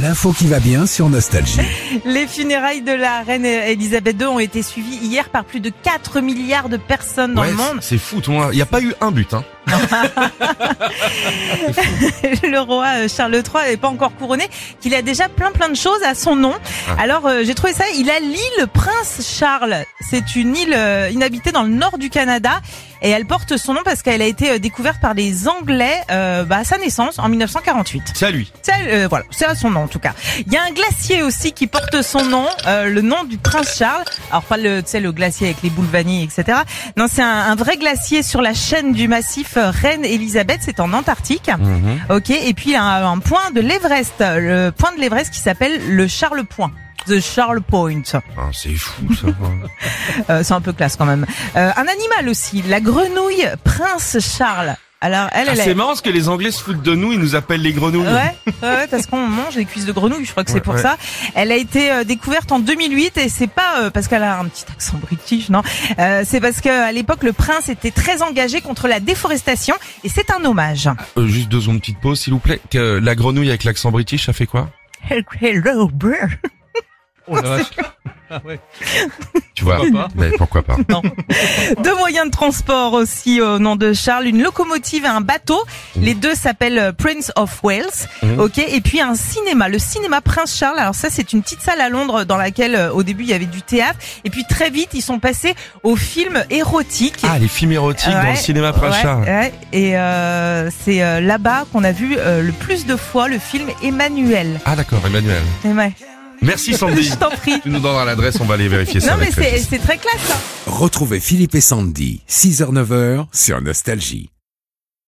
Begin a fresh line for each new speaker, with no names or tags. L'info qui va bien sur Nostalgie.
Les funérailles de la reine Elisabeth II ont été suivies hier par plus de 4 milliards de personnes dans
Ouais,
le monde.
C'est fou, tout le monde. Il n'y a pas eu un but. Hein.
le roi euh, Charles III n'est pas encore couronné, qu'il a déjà plein plein de choses à son nom.
Ah.
Alors euh, j'ai trouvé ça, il a l'île Prince Charles. C'est une île euh, inhabitée dans le nord du Canada et elle porte son nom parce qu'elle a été euh, découverte par les Anglais euh, bah, à sa naissance en 1948.
C'est à lui.
C'est euh, voilà, c'est à son nom en tout cas. Il y a un glacier aussi qui porte son nom, euh, le nom du prince Charles. Alors pas le, tu sais, le glacier avec les boules vanille, etc. Non, c'est un, un vrai glacier sur la chaîne du massif euh, Reine Elisabeth. C'est en Antarctique.
Mhm.
Ok. Et puis il y a un, un point de l'Everest, euh, le point de l'Everest qui s'appelle le Charles Point. The Charles Point.
Ah, c'est fou, ça.
Euh, c'est un peu classe quand même. Euh, un animal aussi, la grenouille Prince Charles. Alors elle,
Ah,
elle
c'est
est.
marrant parce que les Anglais se foutent de nous, ils nous appellent les grenouilles.
Ouais, ouais, ouais, parce qu'on mange des cuisses de grenouille, je crois que c'est
Ouais,
pour
ouais.
ça. Elle a été euh, découverte en 2008 et c'est pas euh, parce qu'elle a un petit accent british, non. Euh, c'est parce qu'à l'époque, le prince était très engagé contre la déforestation et c'est un hommage.
Euh, juste deux secondes, petite pause, s'il vous plaît. Que, euh, la grenouille avec l'accent british, ça fait quoi
Hello, bird.
Tu vois
Pourquoi pas
Mais pourquoi pas
Deux moyens de transport aussi euh, au nom de Charles, une locomotive et un bateau.
Mmh.
Les deux s'appellent euh, Prince of Wales.
Mhm.
Ok, et puis un cinéma, le cinéma Prince Charles. Alors ça, c'est une petite salle à Londres dans laquelle euh, au début il y avait du théâtre, et puis très vite ils sont passés aux films érotiques.
Ah, les films érotiques dans
Ouais,
le cinéma
ouais,
Princha.
ouais. Et euh, c'est euh, là-bas qu'on a vu euh, le plus de fois le film Emmanuel.
Ah, d'accord, Emmanuel.
Eh ouais.
Merci, Sandy.
Je t'en prie.
tu nous donneras l'adresse, on va aller vérifier ça.
Non mais
avec le
c'est
fils.
c'est très classe. hein.
Retrouvez Philippe et Sandy, 6h-9h sur Nostalgie.